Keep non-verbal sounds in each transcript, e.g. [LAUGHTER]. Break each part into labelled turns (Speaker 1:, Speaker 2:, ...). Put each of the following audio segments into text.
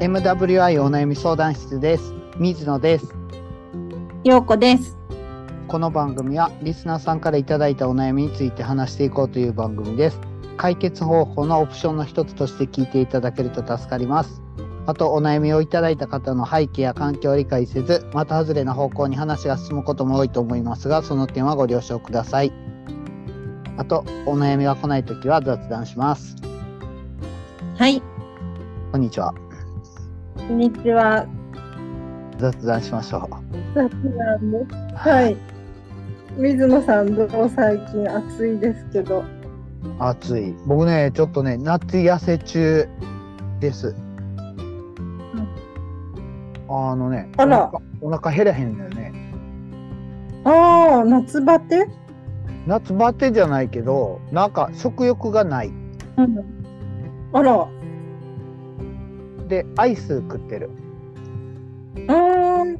Speaker 1: MWI お悩み相談室です水野です
Speaker 2: ようこです。
Speaker 1: この番組はリスナーさんからいただいたお悩みについて話していこうという番組です解決方法のオプションの一つとして聞いていただけると助かりますあとお悩みをいただいた方の背景や環境を理解せず的外れな方向に話が進むことも多いと思いますがその点はご了承くださいあとお悩みが来ないときは雑談します
Speaker 2: はい、
Speaker 1: こんにちは
Speaker 2: こんにちは。
Speaker 1: 雑談しましょ
Speaker 2: 雑談です。
Speaker 1: う
Speaker 2: はい。水野さん、どう最近暑いですけど。
Speaker 1: 暑い僕ねちょっとね夏痩せ中です、あのね
Speaker 2: あら
Speaker 1: お腹お腹減らへんだよね
Speaker 2: ああ、夏バテ。
Speaker 1: 夏バテじゃないけどなんか食欲がない
Speaker 2: うん。あら。う
Speaker 1: でアイス食ってる
Speaker 2: ーん。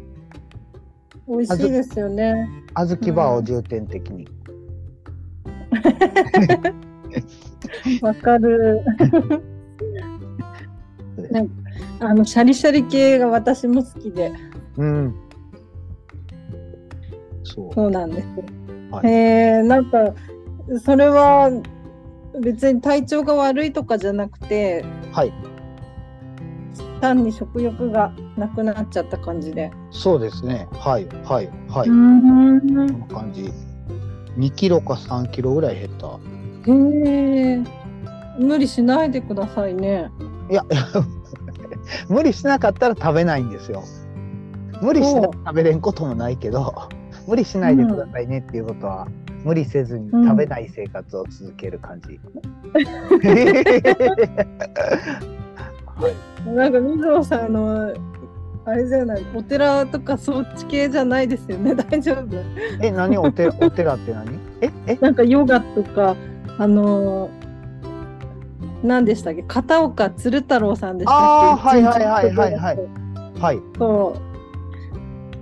Speaker 2: 美味しいですよね。
Speaker 1: 小豆バーを重点的に、
Speaker 2: わかる。 [LAUGHS] なんかあのシャリシャリ系が私も好きで。
Speaker 1: うんそう
Speaker 2: そうなんです。
Speaker 1: はい
Speaker 2: へえ、なんか。それは。別に体調が悪いとかじゃなくて、
Speaker 1: はい
Speaker 2: 単に食欲がなくなっちゃった感じで。
Speaker 1: そうですねはいはいはい、こ
Speaker 2: うん。
Speaker 1: んな感じ2キロか3キロぐらい減った
Speaker 2: へえ。無理しないでくださいね。
Speaker 1: いや [LAUGHS] 無理しなかったら食べないんですよ無理して食べれんこともないけど [LAUGHS] 無理しないでくださいねっていうことは、無理せずに食べない生活を続ける感 [LAUGHS] じ、
Speaker 2: なんか水野さんあの。あれじゃない、お寺とかそっち系じゃないですよね。 [LAUGHS] 大丈夫。
Speaker 1: え何お寺お寺って何ええ
Speaker 2: なんかヨガとか、あのー。何でしたっけ片岡鶴太郎さんでしたっけ
Speaker 1: あーはいはいはいはいはい
Speaker 2: い
Speaker 1: はい
Speaker 2: そ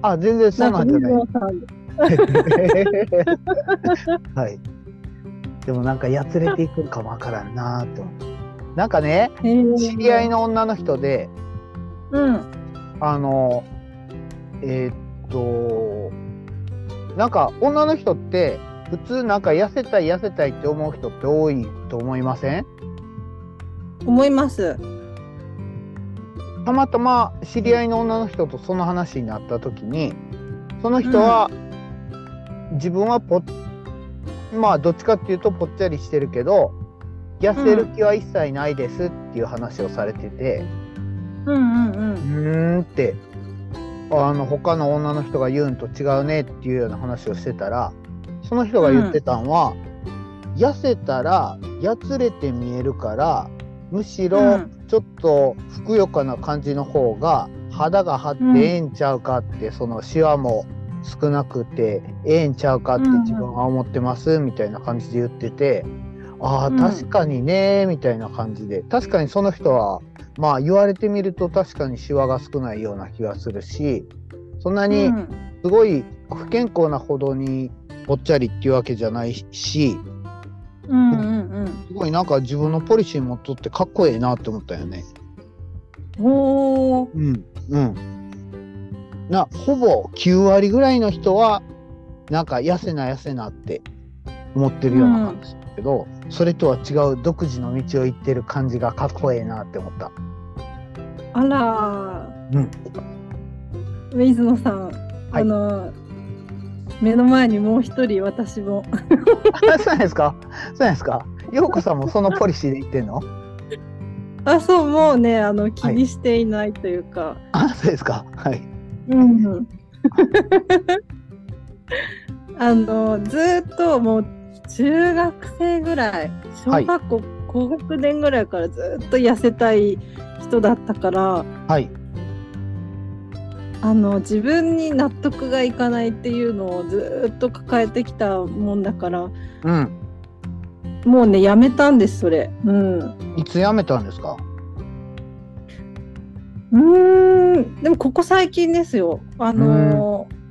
Speaker 1: あ全然
Speaker 2: う
Speaker 1: そ
Speaker 2: な
Speaker 1: うんな
Speaker 2: か
Speaker 1: んじゃ
Speaker 2: 水
Speaker 1: ない
Speaker 2: 野さ
Speaker 1: [LAUGHS]
Speaker 2: ん
Speaker 1: はいでもなんかやつれていくんかもわからんなーと思ってなんかね
Speaker 2: へー
Speaker 1: 知り合いの女の人で
Speaker 2: うん
Speaker 1: あのえーっとなんか女の人って普通なんか痩せたい痩せたいって思う人って多いと思いません
Speaker 2: 思います
Speaker 1: たまたま知り合いの女の人とその話になった時にその人は、自分はぽっまあどっちかっていうとぽっちゃりしてるけど痩せる気は一切ないですっていう話をされてて。
Speaker 2: うんう
Speaker 1: う
Speaker 2: んう
Speaker 1: んーんってあの他の女の人が言うんと違うねっていうような話をしてたらその人が言ってたんは、痩せたらやつれて見えるからむし
Speaker 2: う
Speaker 1: ろ
Speaker 2: ん
Speaker 1: ちょっとふくよかな感じの方が肌が張ってええんちゃうかって、そのシワも少なくてええんちゃうかって
Speaker 2: うんうん
Speaker 1: 自分は思ってますみたいな感じで言ってて、ああ
Speaker 2: うん
Speaker 1: 確かにねみたいな感じで確かにその人はまあ言われてみると確かにシワが少ないような気がするしそんなに
Speaker 2: うん
Speaker 1: すごい不健康なほどにぽっちゃりっていうわけじゃないし
Speaker 2: うんうんうん
Speaker 1: すごいなんか自分のポリシー持っとってかっこええなって思ったよね。
Speaker 2: おー
Speaker 1: うんうん、なほぼ9割ぐらいの人はなんか痩せな痩せなって思ってるような感じだけど、それとは違う独自の道を行ってる感じがかっこええなって思った。
Speaker 2: あら
Speaker 1: うん
Speaker 2: ー水野さん、あの目の前にもう一人私も
Speaker 1: あそうなんですか。そうなんですか。ようこさんもそのポリシーで言ってんの。
Speaker 2: あそうもうねあの気にしていないというか、
Speaker 1: あ、そうですか。はい。
Speaker 2: うん、あのずーっともう中学生ぐらい小
Speaker 1: はい
Speaker 2: 学校、高学年ぐらいからずーっと痩せたい人だったから
Speaker 1: はい。
Speaker 2: あの自分に納得がいかないっていうのをずーっと抱えてきたもんだから
Speaker 1: うん。
Speaker 2: もうねやめたんですそれ。うん、う
Speaker 1: いつ辞めたんですか。
Speaker 2: ーんでもここ最近ですよ。あのー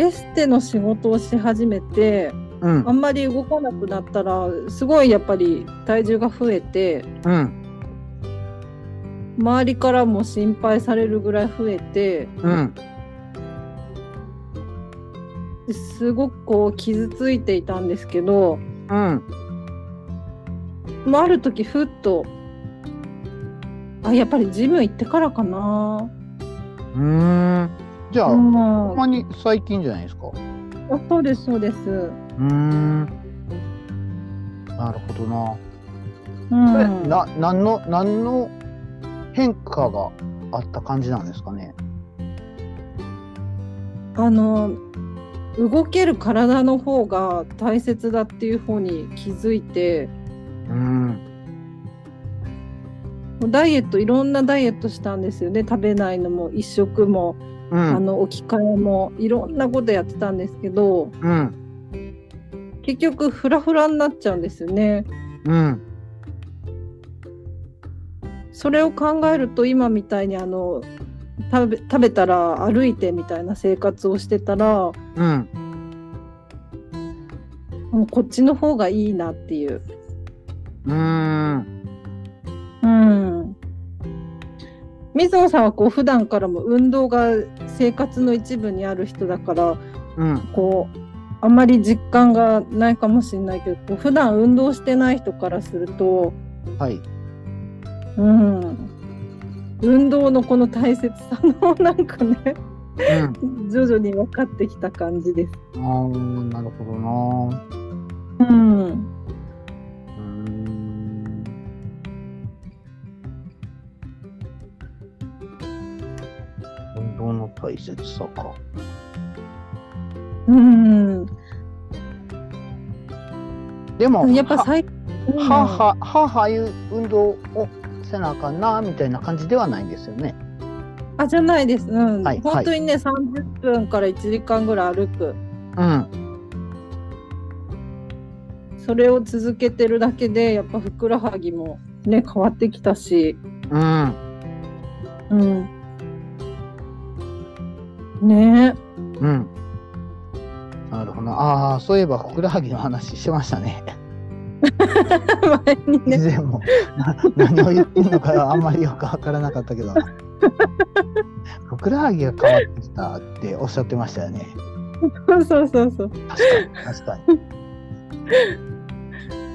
Speaker 2: エステの仕事をし始めて、
Speaker 1: うん
Speaker 2: あ。んまり動かなくなったらすごいやっぱり体重が増えて
Speaker 1: うん。
Speaker 2: 周りからも心配されるぐらい増えて
Speaker 1: うん
Speaker 2: すごくこう傷ついていたんですけど、
Speaker 1: うん
Speaker 2: まあ、ある時ふっとあやっぱりジム行ってからかな、
Speaker 1: うーんじゃあ、
Speaker 2: う
Speaker 1: ほん
Speaker 2: ん、あ
Speaker 1: まに最近じゃないですか
Speaker 2: そうですそうです、
Speaker 1: うーんなるほどな、
Speaker 2: うん、
Speaker 1: な何の何の変化があった感じなんですかね
Speaker 2: あの動ける体の方が大切だっていう方に気づいて
Speaker 1: うん
Speaker 2: もうダイエットいろんなダイエットしたんですよね食べないのも一食も、
Speaker 1: う
Speaker 2: あ
Speaker 1: ん
Speaker 2: の置き換えもいろんなことやってたんですけど
Speaker 1: うん
Speaker 2: 結局フラフラになっちゃうんですよね。
Speaker 1: うん
Speaker 2: それを考えると今みたいにあの食べ食べたら歩いてみたいな生活をしてたら
Speaker 1: うん
Speaker 2: もうこっちの方がいいなっていう。
Speaker 1: うーん
Speaker 2: うん水野さんはこう普段からも運動が生活の一部にある人だから
Speaker 1: うん
Speaker 2: こうあまり実感がないかもしれないけどこう普段運動してない人からすると、
Speaker 1: はい
Speaker 2: うん、運動のこの大切さのなんかね
Speaker 1: うん
Speaker 2: 徐々に分かってきた感じです。
Speaker 1: あーなるほどな
Speaker 2: うん、
Speaker 1: うーん運動の大切さか
Speaker 2: うん、
Speaker 1: でも
Speaker 2: やっぱ
Speaker 1: は
Speaker 2: 最うん
Speaker 1: ははははいう運動をせなあかんなみたいな感じではないんですよね
Speaker 2: あじゃないです、うん
Speaker 1: はい
Speaker 2: 本当にね、30分から1時間ぐらい歩く
Speaker 1: うん
Speaker 2: それを続けてるだけでやっぱふくらはぎもね変わってきたし、
Speaker 1: うん
Speaker 2: うん、
Speaker 1: [LAUGHS]
Speaker 2: ね
Speaker 1: うん。なるほど。ああ、そういえば、ふくらはぎの話してましたね。
Speaker 2: え前に
Speaker 1: 以
Speaker 2: ね
Speaker 1: 前も。 [LAUGHS] な何を言ってんのか、あんまりよくわからなかったけど。 [LAUGHS] ふくらはぎが変わってきたっておっしゃってましたよね。
Speaker 2: そうそうそうそ
Speaker 1: 確か
Speaker 2: う
Speaker 1: に、確か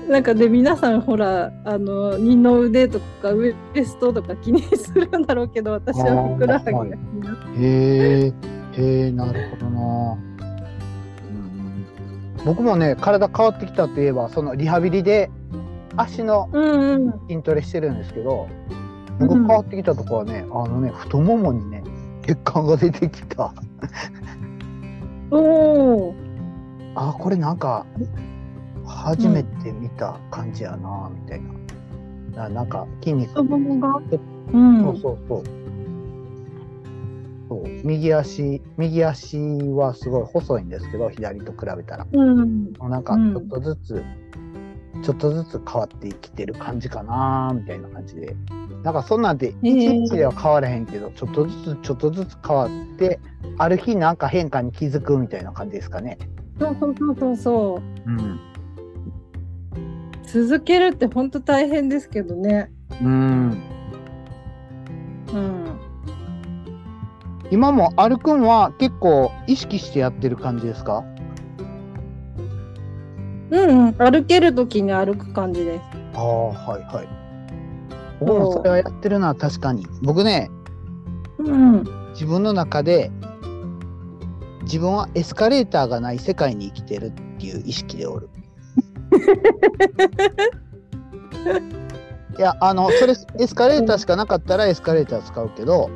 Speaker 1: に。
Speaker 2: なんかで皆さんほらあの二の腕とかウエストとか気にするんだろうけど私はふくらはぎが気になる
Speaker 1: へえ、へえ、なるほどな。うん僕もね、体変わってきたといえば、そのリハビリで。足の
Speaker 2: うんうん
Speaker 1: 筋トレしてるんですけど。
Speaker 2: うん
Speaker 1: 僕変わってきたとこはね、あのね、太ももにね、血管が出てきた。
Speaker 2: おお
Speaker 1: あこれなんか初めて見た感じやな、みたいなななんか筋肉、
Speaker 2: 太ももがうん
Speaker 1: そうそうそうそう右足右足はすごい細いんですけど左と比べたら
Speaker 2: うん
Speaker 1: なんか
Speaker 2: うん
Speaker 1: ちょっとずつ、ちょっとずつ変わってきてる感じかなみたいな感じでなんかそんなんで
Speaker 2: え
Speaker 1: 一日では変わらへんけど、ちょっとずつちょっとずつ変わってある日なんか変化に気づくみたいな感じですかね。
Speaker 2: そうそうそうそうそう
Speaker 1: うん
Speaker 2: 続けるって本当大変ですけどね。
Speaker 1: うん
Speaker 2: うん。
Speaker 1: 今も歩くんは結構意識してやってる感じですか
Speaker 2: うん、うん、歩ける時に歩く感じです。
Speaker 1: ああはいはい僕もそれはやってるな確かに僕ね
Speaker 2: うん。
Speaker 1: 自分の中で自分はエスカレーターがない世界に生きてるっていう意識でおるいやあのそれエスカレーターしかなかったらエスカレーター使うけど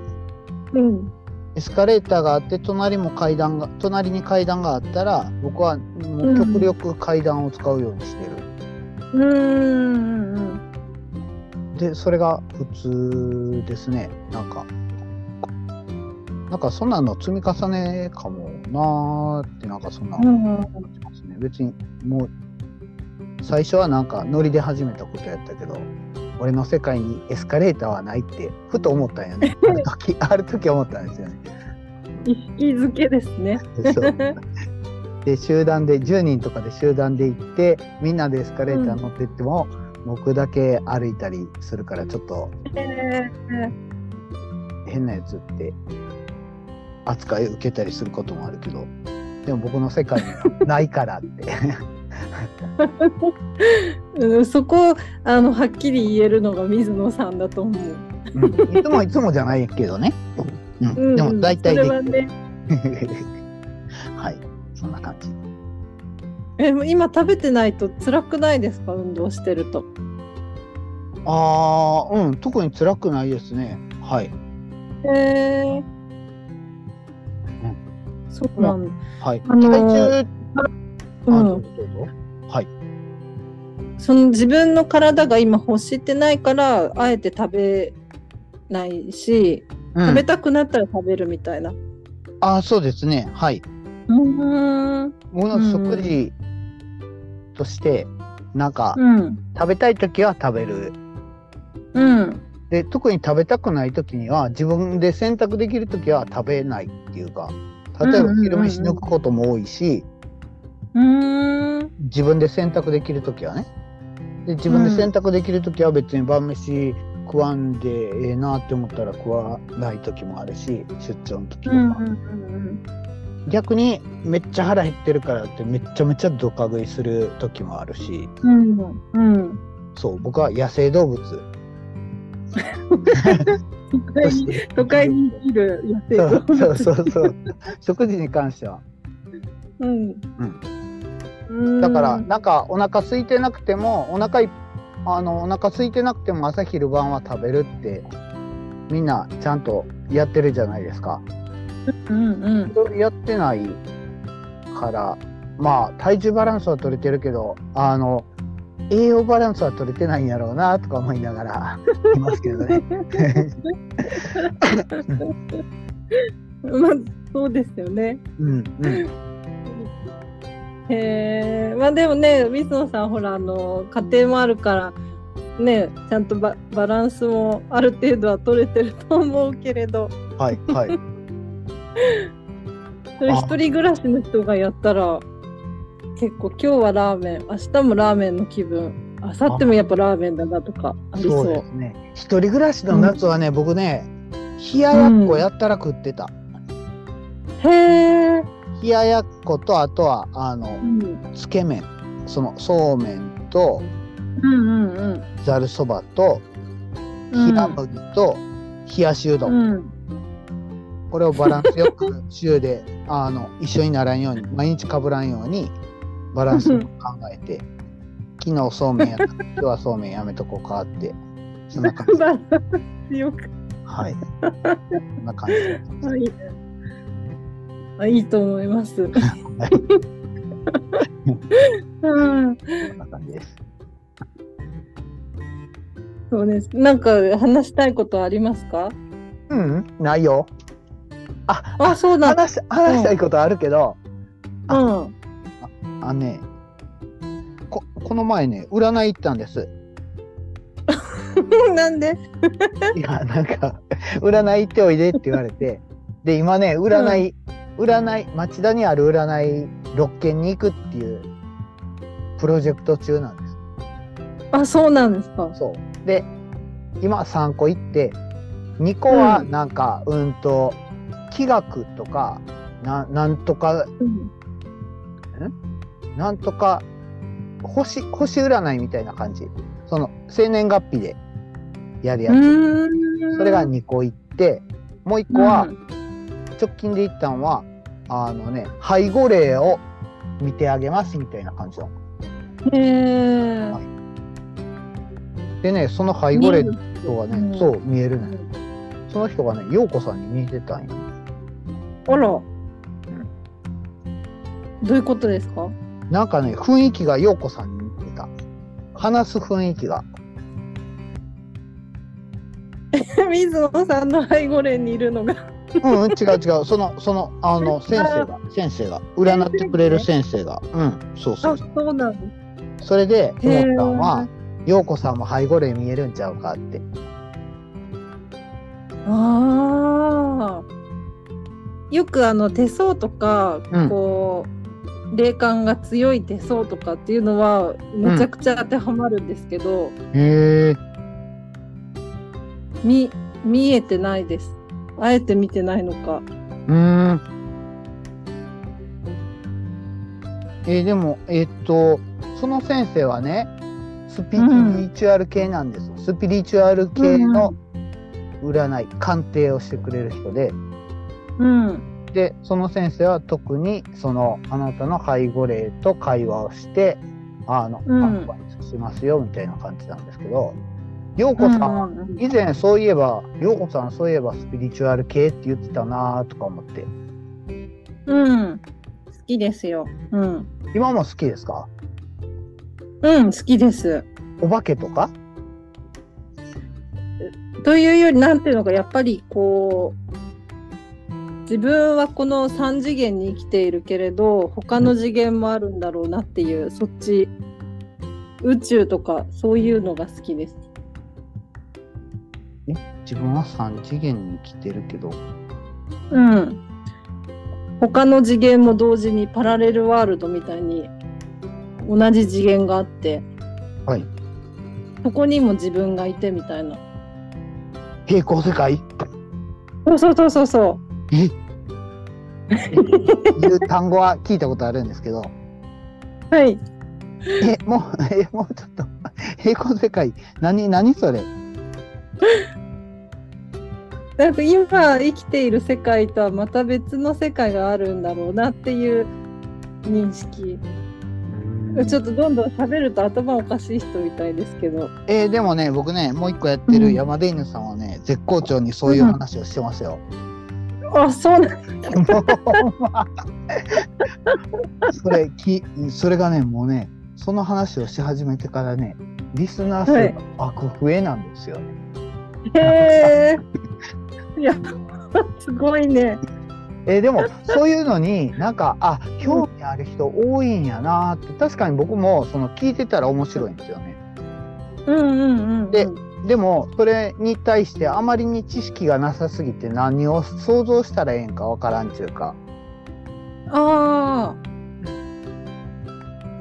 Speaker 2: うん。
Speaker 1: エスカレーターがあって隣も階段が隣に階段があったら僕はもう極力階段を使うようにしてる、
Speaker 2: うんうんうん。
Speaker 1: でそれが普通ですねなんかなんかそんなの積み重ねかもなーってなんかそんな
Speaker 2: う
Speaker 1: 思
Speaker 2: んう
Speaker 1: っ
Speaker 2: ん。
Speaker 1: てますね、別にもう最初はなんかノリで始めたことやったけど俺の世界にエスカレーターはないってふと思ったんよねある時ある時思ったんですよね
Speaker 2: 意識づけですね。
Speaker 1: そうで集団で10人とかで集団で行ってみんなでエスカレーター乗ってっても、僕だけ歩いたりするからちょっと
Speaker 2: えー
Speaker 1: 変なやつって扱い受けたりすることもあるけどでも僕の世界にはないからって [LAUGHS]
Speaker 2: うん、そこあのはっきり言えるのが水野さんだと思う。
Speaker 1: うんいつもいつもじゃないけどね、う
Speaker 2: うん
Speaker 1: ん、でも大体で
Speaker 2: それ
Speaker 1: き
Speaker 2: は
Speaker 1: る、
Speaker 2: ね
Speaker 1: [LAUGHS] はいそんな感じ
Speaker 2: え今食べてないと辛くないですか運動してると。
Speaker 1: ああうん特に辛くないですねはい
Speaker 2: へえそうなんだ。
Speaker 1: はい、
Speaker 2: あのー
Speaker 1: 体重あ
Speaker 2: う
Speaker 1: どうんぞどうぞ
Speaker 2: その自分の体が今欲してないからあえて食べないし、
Speaker 1: うん
Speaker 2: 食べたくなったら食べるみたいな。う
Speaker 1: あそうですねはい
Speaker 2: ーん。
Speaker 1: もの食事として、なんか
Speaker 2: うん。
Speaker 1: 食べたい時は食べる
Speaker 2: うん。
Speaker 1: で特に食べたくない時には自分で選択できる時は食べないっていうか例え
Speaker 2: うん
Speaker 1: ば
Speaker 2: うんうんうん
Speaker 1: 昼飯抜くことも多いし、
Speaker 2: うーん。
Speaker 1: 自分で選択できる時はねで自分で選択できる時は別に晩飯食わんでええなって思ったら食わない時もあるし出張の時と
Speaker 2: う
Speaker 1: か、
Speaker 2: んうん
Speaker 1: 逆にめっちゃ腹減ってるからってめっちゃめちゃドカ食いする時もあるし
Speaker 2: うんうんうん。
Speaker 1: そう僕は野生動物
Speaker 2: 都
Speaker 1: と
Speaker 2: 会
Speaker 1: し
Speaker 2: に
Speaker 1: て
Speaker 2: [LAUGHS] 都会にいる野生
Speaker 1: そう [LAUGHS] そう
Speaker 2: 動物。
Speaker 1: そうそう食事に関しては
Speaker 2: うん。うん
Speaker 1: だからなんかお腹空いてなくてもお腹いあのお腹空いてなくても朝昼晩は食べるってみんなちゃんとやってるじゃないですか。
Speaker 2: うんうん
Speaker 1: それやってないからまあ体重バランスは取れてるけどあの栄養バランスは取れてないんやろうなとか思いながらいますけどね。
Speaker 2: まあそうですよね。
Speaker 1: うんうん、
Speaker 2: へえまあでもね水野さんほらあの家庭もあるからねちゃんとババランスもある程度は取れてると思うけれど
Speaker 1: はいはい。
Speaker 2: それ
Speaker 1: あ
Speaker 2: 一人暮らしの人がやったら結構今日はラーメン明日もラーメンの気分明後日もやっぱラーメンだなとかありそう。
Speaker 1: そうですね。一人暮らしの夏はね、僕ね冷ややっこやったら食ってた。
Speaker 2: へえ、
Speaker 1: 冷ややっことあとはあの
Speaker 2: うん、
Speaker 1: つけ麺そのそうめんと
Speaker 2: うんうんうん
Speaker 1: ざるそばと
Speaker 2: うん
Speaker 1: 平麦と冷やしうどん、
Speaker 2: うん [LAUGHS]
Speaker 1: これをバランスよく週であの一緒にならんように毎日かぶらんようにバランスを考え
Speaker 2: [LAUGHS]
Speaker 1: て昨日そうめんやった今日はそうめんやめとこうかってそんな感じ
Speaker 2: [LAUGHS] バランスよく
Speaker 1: はいそんな感じで
Speaker 2: [LAUGHS] はいいねあいいと思
Speaker 1: [LAUGHS]
Speaker 2: います。うん
Speaker 1: そんな感じです
Speaker 2: そうです。なんか話したいことありますか？
Speaker 1: うんないよ
Speaker 2: あ、そうだ。
Speaker 1: 話し話したいことあるけど、
Speaker 2: うん。
Speaker 1: あのねここの前ね占い行ったんです
Speaker 2: なん [LAUGHS] で？
Speaker 1: いやなんか占い行っておいでって言われてで今ね占い、占い町田にある占い6軒に行くっていうプロジェクト中なんです
Speaker 2: あ、そうなんですか。
Speaker 1: そうで今3個行って2個は
Speaker 2: うん
Speaker 1: なんか、うん、と気学とかななんとか
Speaker 2: うん
Speaker 1: なんとか星星占いみたいな感じその生年月日でやるや
Speaker 2: う
Speaker 1: つ、
Speaker 2: ーん。
Speaker 1: それが2個行ってもう1個は、直近で行ったんはあのね背後霊を見てあげますみたいな感じの
Speaker 2: うんへえ。
Speaker 1: でねその背後霊の
Speaker 2: 見
Speaker 1: 人がね、
Speaker 2: うん
Speaker 1: そう見えるね
Speaker 2: る
Speaker 1: その人がね陽子さんに似てたんよ
Speaker 2: あら。どういうことですか？ [LAUGHS]
Speaker 1: なんかね雰囲気が陽子さんに似てた話す雰囲気が
Speaker 2: 水野さんの背後霊にいるのが。
Speaker 1: うんうん違う違う [LAUGHS] そのそのあの先生が先生が占ってくれる先生がうんそうそ
Speaker 2: あ、
Speaker 1: う
Speaker 2: そうなんです。
Speaker 1: それで思ったん
Speaker 2: へ
Speaker 1: は陽子さんも背後霊見えるんちゃうかって
Speaker 2: ああ。よくあの手相とか、
Speaker 1: うん
Speaker 2: こう霊感が強い手相とかっていうのはめちゃくちゃ当てはまるんですけど、
Speaker 1: へえ
Speaker 2: み見えてないです。あえて見てないのか。
Speaker 1: うーん。えーでも、えーっと、その先生はね、スピリチュアル系なんですよ。スピリチュアル系の占い、鑑定をしてくれる人で、
Speaker 2: うん。
Speaker 1: で、その先生は特に、その、あなたの背後霊と会話をして、あの、
Speaker 2: うん
Speaker 1: アドバイスしますよ、みたいな感じなんですけど、ようこさんは、
Speaker 2: うんうん
Speaker 1: 以前そういえば、ようこさんそういえばスピリチュアル系って言ってたなーとか思って、
Speaker 2: うん。好きですよ。うん。
Speaker 1: 今も好きですか
Speaker 2: うん、好きです。
Speaker 1: お化けとか
Speaker 2: というより、なんていうのか、やっぱりこう、自分はこの3次元に生きているけれど、他の次元もあるんだろうなっていう、そっち、宇宙とか、そういうのが好きです。
Speaker 1: 自分は3次元に生きてるけど
Speaker 2: うん。他の次元も同時にパラレルワールドみたいに同じ次元があって、
Speaker 1: はい
Speaker 2: そこにも自分がいてみたいな。
Speaker 1: 平行世界
Speaker 2: そうそうそうそうそ
Speaker 1: えいう単語は聞いたことあるんですけ [LAUGHS] ど
Speaker 2: う。はい。
Speaker 1: えもうえもうちょっと平行世界何何それ
Speaker 2: なんか今生きている世界とはまた別の世界があるんだろうなっていう認識。ちょっとどんどん喋ると頭おかしい人みたいですけど。
Speaker 1: えーでもね僕ねもう一個やってる
Speaker 2: うん
Speaker 1: 山出犬さんはね、絶好調にそういう話をしてますよ、
Speaker 2: あ、そうなん
Speaker 1: もうほんま [LAUGHS] それきそれがねもうねその話をし始めてからねリスナー数
Speaker 2: はい
Speaker 1: が悪増えなんですよ、
Speaker 2: へ [LAUGHS] え。いや、すごいね。
Speaker 1: えーでもそういうのになんかあ興味ある人多いんやなって確かに僕もその聞いてたら面白いんですよね
Speaker 2: うんうんうん。
Speaker 1: ででもそれに対してあまりに知識がなさすぎて何を想像したらええんかわからんっていうか
Speaker 2: ああ。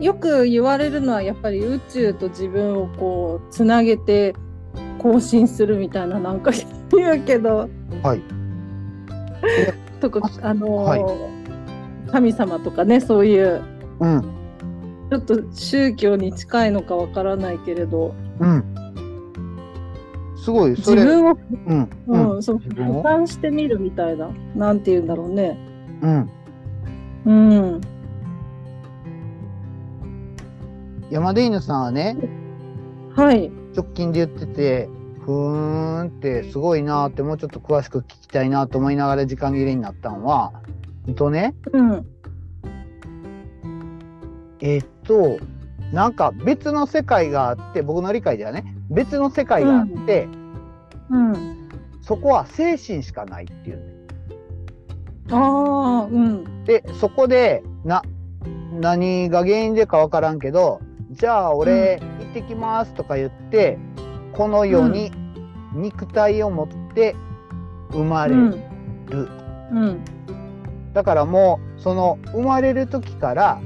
Speaker 2: よく言われるのはやっぱり宇宙と自分をこうつなげて更新するみたいななんか言うけど。 [LAUGHS]
Speaker 1: はい。
Speaker 2: とかあの
Speaker 1: はい
Speaker 2: 神様とかねそういう
Speaker 1: うん
Speaker 2: ちょっと宗教に近いのかわからないけれど
Speaker 1: うんすごい
Speaker 2: 自
Speaker 1: それ
Speaker 2: 分を、
Speaker 1: うんう
Speaker 2: うん
Speaker 1: ん
Speaker 2: そう
Speaker 1: 自分を
Speaker 2: 俯瞰してみるみたいななんて言うんだろうね。
Speaker 1: うん
Speaker 2: うん。
Speaker 1: 山出犬さんはね
Speaker 2: はい。
Speaker 1: 直近で言っててふーんってすごいなーってもうちょっと詳しく聞きたいなと思いながら時間切れになったのはほんとね
Speaker 2: うん。
Speaker 1: えっとなんか別の世界があって僕の理解ではね別の世界があって、
Speaker 2: うん。
Speaker 1: そこは精神しかないっていう
Speaker 2: ああ、うん。
Speaker 1: でそこでな何が原因でか分からんけどじゃあ俺行ってきますとか言ってこの世に肉体を持って生ま
Speaker 2: あ
Speaker 1: れる、る
Speaker 2: うん。
Speaker 1: だからもうその生まれる時から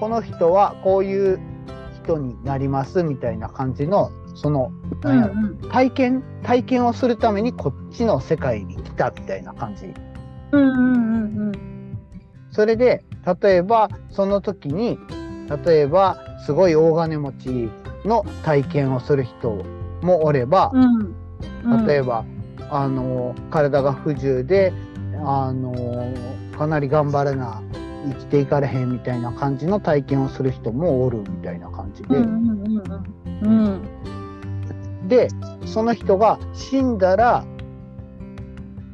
Speaker 1: この人はこういう人になりますみたいな感じのそのなんやろ
Speaker 2: う
Speaker 1: 体験体験をするためにこっちの世界に来たみたいな感じ
Speaker 2: んうんうん
Speaker 1: それで例えばその時に例えばすごい大金持ちの体験をする人もおれば
Speaker 2: うんうん。
Speaker 1: 例え
Speaker 2: ば、
Speaker 1: ば、あの体が不自由であのかなり頑張らな生きていかれへんみたいな感じの体験をする人もおるみたいな感じで、
Speaker 2: うんうんうんうん。うん。
Speaker 1: でその人が死んだら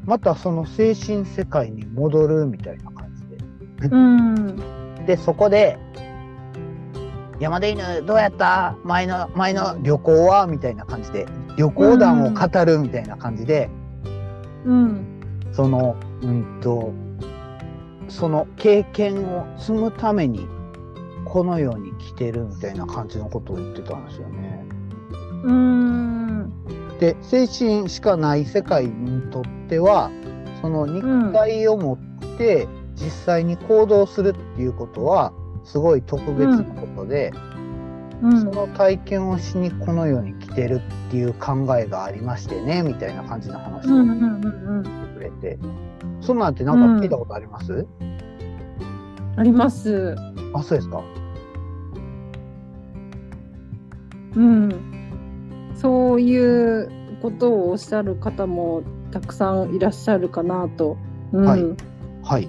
Speaker 1: またその精神世界に戻るみたいな感じで。
Speaker 2: うん。
Speaker 1: でそこで山田犬どうやった前の前の旅行はみたいな感じで旅行談を語るみたいな感じで、
Speaker 2: うん。
Speaker 1: そのうんとその経験を積むためにこの世に来てるみたいな感じのことを言ってたんですよね。
Speaker 2: うん。
Speaker 1: で精神しかない世界にとってはその肉体を持って実際に行動するっていうことはすごい特別なことで、
Speaker 2: うん
Speaker 1: その体験をしにこの世に来てるっていう考えがありましてねみたいな感じの話
Speaker 2: うんう
Speaker 1: を
Speaker 2: んうんうん
Speaker 1: してくれて、そんなんってなんか聞いたことあります、
Speaker 2: あります。
Speaker 1: あそうですか
Speaker 2: うん、そういうことをおっしゃる方もたくさんいらっしゃるかなと。うん
Speaker 1: はいはい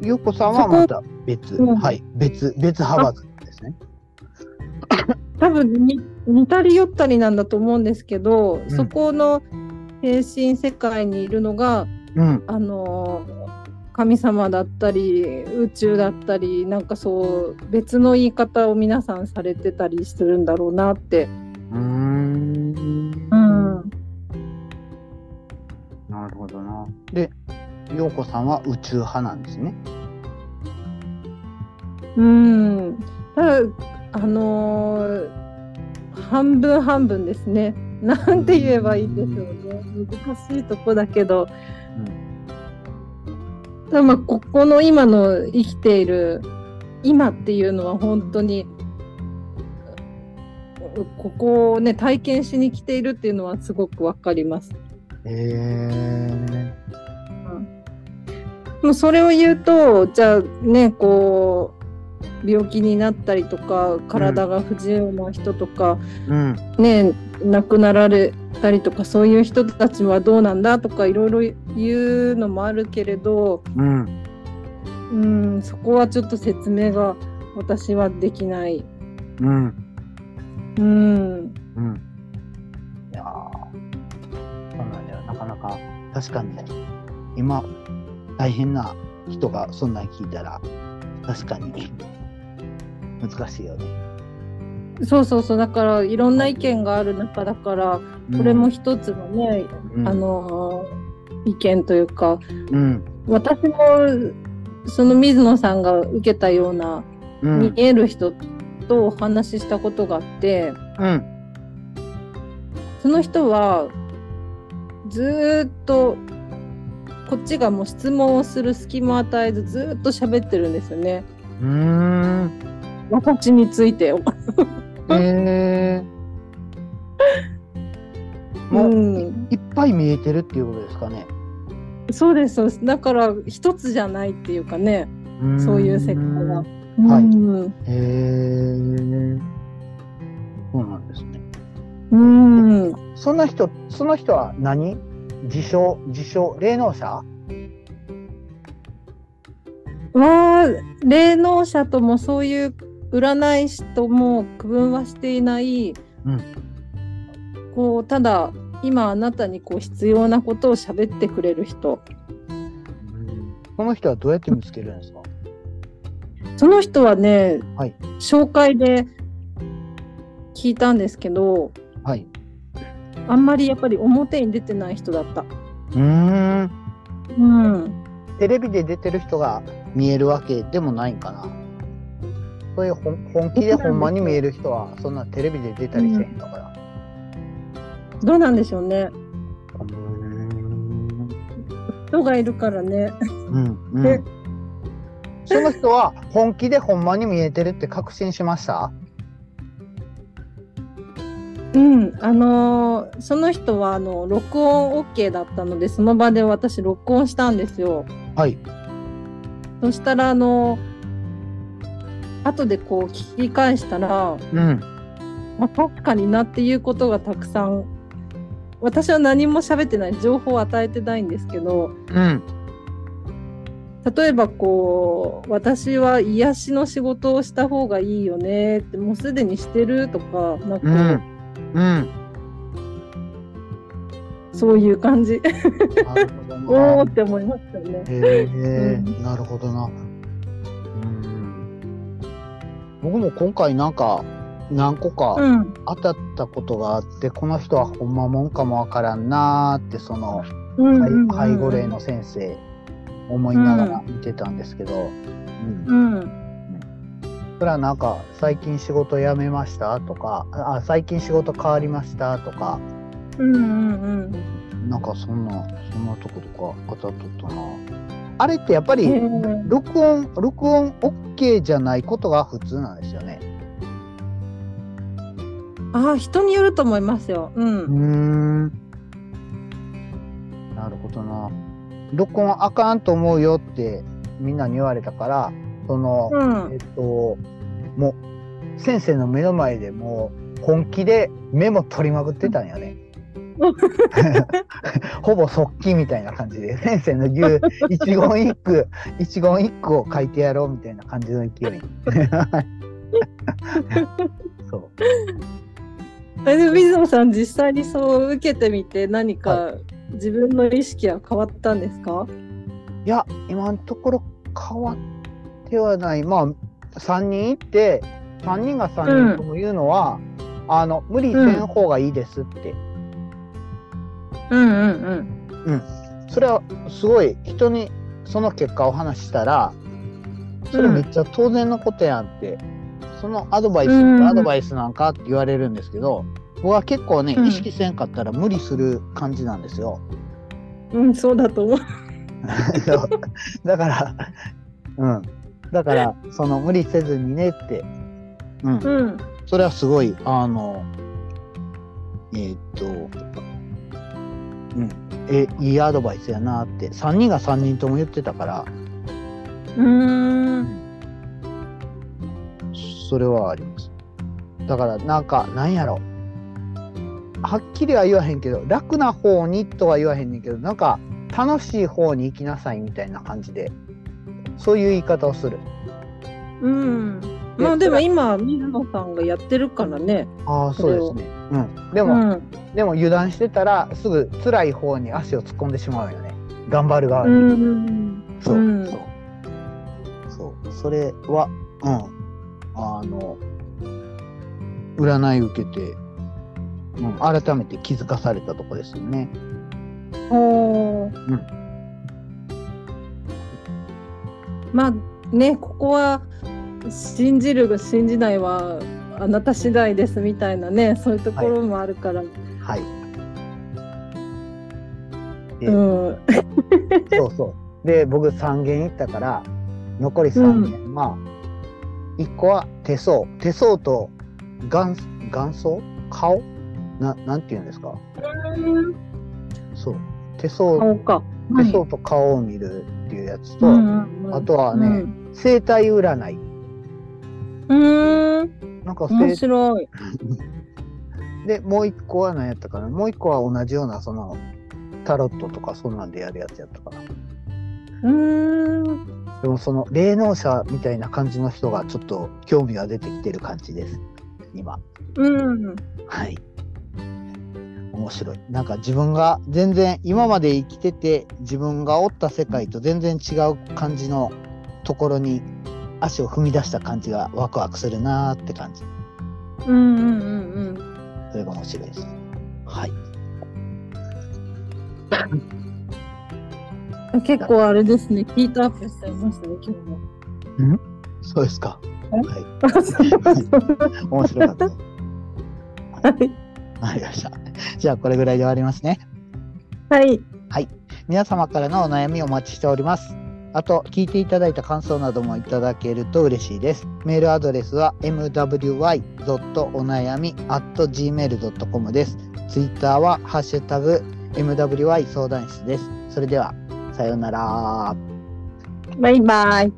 Speaker 1: ゆうこさんは
Speaker 2: そこ
Speaker 1: また別、
Speaker 2: うん
Speaker 1: はい別別派閥ですね
Speaker 2: 多分に似たり寄ったりなんだと思うんですけど、そこの精神世界にいるのが
Speaker 1: うん
Speaker 2: あの神様だったり宇宙だったりなんかそう別の言い方を皆さんされてたりするんだろうなって。
Speaker 1: うーん
Speaker 2: うん
Speaker 1: なるほどなで陽子さんは宇宙派なんですね
Speaker 2: うん、ただあのー半分半分ですね。なんて言えばいいんでしょうね。難しいとこだけど。ただまあここの今の生きている今っていうのは本当にここをね体験しに来ているっていうのはすごくわかります。
Speaker 1: へえ
Speaker 2: もうそれを言うとじゃあねこう病気になったりとか体が不自由な人とか、
Speaker 1: うん
Speaker 2: ね、亡くなられたりとかそういう人たちはどうなんだとかいろいろ言うのもあるけれど
Speaker 1: うん
Speaker 2: うんそこはちょっと説明が私はできない。
Speaker 1: うん
Speaker 2: うん
Speaker 1: うんいやーそうなんだよなかなか確かに今大変な人がそんなん聞いたら確かに難しいよね
Speaker 2: そうそうそうだからいろんな意見がある中だからこれも、一つのね、
Speaker 1: うん
Speaker 2: あ、のー意見というか
Speaker 1: うん
Speaker 2: 私もその水野さんが受けたような
Speaker 1: う
Speaker 2: 見
Speaker 1: ん
Speaker 2: える人とお話ししたことがあって、
Speaker 1: うん
Speaker 2: その人はずーっとこっちがもう質問をする隙間を与えずずーっと喋ってるんですよね
Speaker 1: う
Speaker 2: [LAUGHS]
Speaker 1: ーん
Speaker 2: 私についてを。
Speaker 1: えー、
Speaker 2: う
Speaker 1: もう、
Speaker 2: ん、
Speaker 1: いっぱい見えてるっていうことですかね。
Speaker 2: そうですそうですだから一つじゃないっていうかねそういう世界が。
Speaker 1: はい
Speaker 2: うん
Speaker 1: へえー、そうなんですね。
Speaker 2: うん
Speaker 1: その人、その人は何自称、自称、霊能者
Speaker 2: わあ霊能者ともそういう占い師とも区分はしていない、
Speaker 1: うん
Speaker 2: こうただ今あなたにこう必要なことを喋ってくれる人
Speaker 1: その人はどうやって見つけるんですか
Speaker 2: その人はね、
Speaker 1: はい
Speaker 2: 紹介で聞いたんですけど
Speaker 1: はい。
Speaker 2: あんまりやっぱり表に出てない人だった。
Speaker 1: うーん。
Speaker 2: うん、
Speaker 1: テレビで出てる人が見えるわけでもないんかな。そういう本本気でほんまに見える人は、そんなテレビで出たりせへんだから。
Speaker 2: どうなんでしょうね
Speaker 1: うん
Speaker 2: 人がいるからね。 [LAUGHS]
Speaker 1: うんう
Speaker 2: で
Speaker 1: ん、その人は本気でほんまに見えてるって確信しました
Speaker 2: うん、あのーその人はあの録音 OK だったのでその場で私録音したんですよ。
Speaker 1: はい
Speaker 2: そしたらあの後でこう聞き返したら、
Speaker 1: うん
Speaker 2: まあ、確かになっていうことがたくさん私は何も喋ってない情報を与えてないんですけど
Speaker 1: うん
Speaker 2: 例えばこう私は癒しの仕事をした方がいいよねってもうすでにしてるとかなん
Speaker 1: う
Speaker 2: かこ
Speaker 1: んうん
Speaker 2: うそういう感じ、
Speaker 1: なるほど
Speaker 2: おお
Speaker 1: な
Speaker 2: って思いましたよね。
Speaker 1: へえ
Speaker 2: う
Speaker 1: なるほどなうん僕も今回なんか何個か
Speaker 2: うん
Speaker 1: 当たったことがあって、この人はほんまもんかもわからんなーってその
Speaker 2: うんうんうん
Speaker 1: 介護霊の先生思いながら見てたんですけど、うん
Speaker 2: うん
Speaker 1: それはなんか最近仕事辞めましたとかあ最近仕事変わりましたとか
Speaker 2: うんうんうん
Speaker 1: なんかそんなそんなとことか当たっとったなあれってやっぱ
Speaker 2: へ
Speaker 1: り
Speaker 2: ー
Speaker 1: 録音録音 OK じゃないことが普通なんですよね。
Speaker 2: ああ、人によると思いますよ。うん。
Speaker 1: うーんなるほどな。録音あかんと思うよってみんなに言われたからその、
Speaker 2: うん
Speaker 1: えっともう先生の目の前でもう本気でメモ取りまくってたんやね。 [LAUGHS] ほぼ速記みたいな感じで先生の
Speaker 2: [LAUGHS]
Speaker 1: 牛一言一句一言一句を書いてやろうみたいな感じの勢
Speaker 2: [LAUGHS]
Speaker 1: い。 [LAUGHS] そう
Speaker 2: えでも水野さん実際にそう受けてみて何か自分の意識は変わったんですか、
Speaker 1: いや今のところ変わってはないまあ3人いて3人が3人とも言うのは、あの無理せん方がいいですって、
Speaker 2: うんうんうん。
Speaker 1: それはすごい人にその結果を話したらそれめっちゃ当然のことやんって、そのアドバイス
Speaker 2: うんうんうん
Speaker 1: アドバイスなんかって言われるんですけど僕は結構ね
Speaker 2: うん
Speaker 1: 意識せんかったら無理する感じなんですよ。
Speaker 2: うん、そうだと思う。
Speaker 1: そうだから、うん。だから、その無理せずにねって、うん。
Speaker 2: うん。
Speaker 1: それはすごい、あの、えーっと、うん。え、いいアドバイスやなって、3人が3人とも言ってたから、
Speaker 2: うん。
Speaker 1: それはあります。だから、なんか、なんやろ。はっきりは言わへんけど、楽な方にとは言わへんねんけど、なんか、楽しい方に行きなさいみたいな感じで、そういう言い方をする。
Speaker 2: うん。まあでも今、水野さんがやってるからね。
Speaker 1: ああ
Speaker 2: そ
Speaker 1: そう
Speaker 2: れ
Speaker 1: で
Speaker 2: を
Speaker 1: すね。うん。で
Speaker 2: う
Speaker 1: も、
Speaker 2: ん。
Speaker 1: でも油断してたらすぐ辛い方に足を突っ込んでしまうよね。頑張る側
Speaker 2: う
Speaker 1: に。
Speaker 2: ん。
Speaker 1: そう、
Speaker 2: うん
Speaker 1: そう。そう。それはうんあの占い受けて、うん、改めて気づかされたとこですよね。
Speaker 2: おー
Speaker 1: うん
Speaker 2: まあね、ここは信じる、信じないはあなた次第ですみたいなね、そういうところもあるから。 [LAUGHS]
Speaker 1: はい。で
Speaker 2: うん。
Speaker 1: そうそう。で僕3軒行ったから残り3軒、まあ1個は手相手相と眼眼相顔ななんて言うんですかそう手相
Speaker 2: 顔か。
Speaker 1: 手相と顔を見るっていうやつと、
Speaker 2: うんうんうん
Speaker 1: あとはね、
Speaker 2: うん
Speaker 1: 生体占いう
Speaker 2: ーん、
Speaker 1: なんか
Speaker 2: 面
Speaker 1: 生
Speaker 2: 白い。
Speaker 1: でもう一個は何やったかなもう一個は同じようなそのタロットとかそんなんでやるやつやったかな
Speaker 2: うーん。
Speaker 1: でもその霊能者みたいな感じの人がちょっと興味が出てきてる感じです今
Speaker 2: うん。
Speaker 1: はい面白いなんか自分が全然今まで生きてて自分がおった世界と全然違う感じのところに足を踏み出した感じがワクワクするなーって感じ
Speaker 2: うんうんうん
Speaker 1: それが面白いです。はい。
Speaker 2: うん。結構あれですね、ヒートアップしちゃいましたね、今日も。
Speaker 1: [LAUGHS] そうですか。
Speaker 2: え
Speaker 1: は
Speaker 2: あそう
Speaker 1: い。面白かった。
Speaker 2: はい
Speaker 1: わかりました。じゃあ、これぐらいで終わりますね。
Speaker 2: はい。
Speaker 1: 皆様からのお悩みお待ちしております。あと、聞いていただいた感想などもいただけると嬉しいです。メールアドレスは mwy.onayami.gmail.com です。ツイッターは、ハッシュタグ mwy 相談室です。それでは、さようなら。
Speaker 2: バイバイ。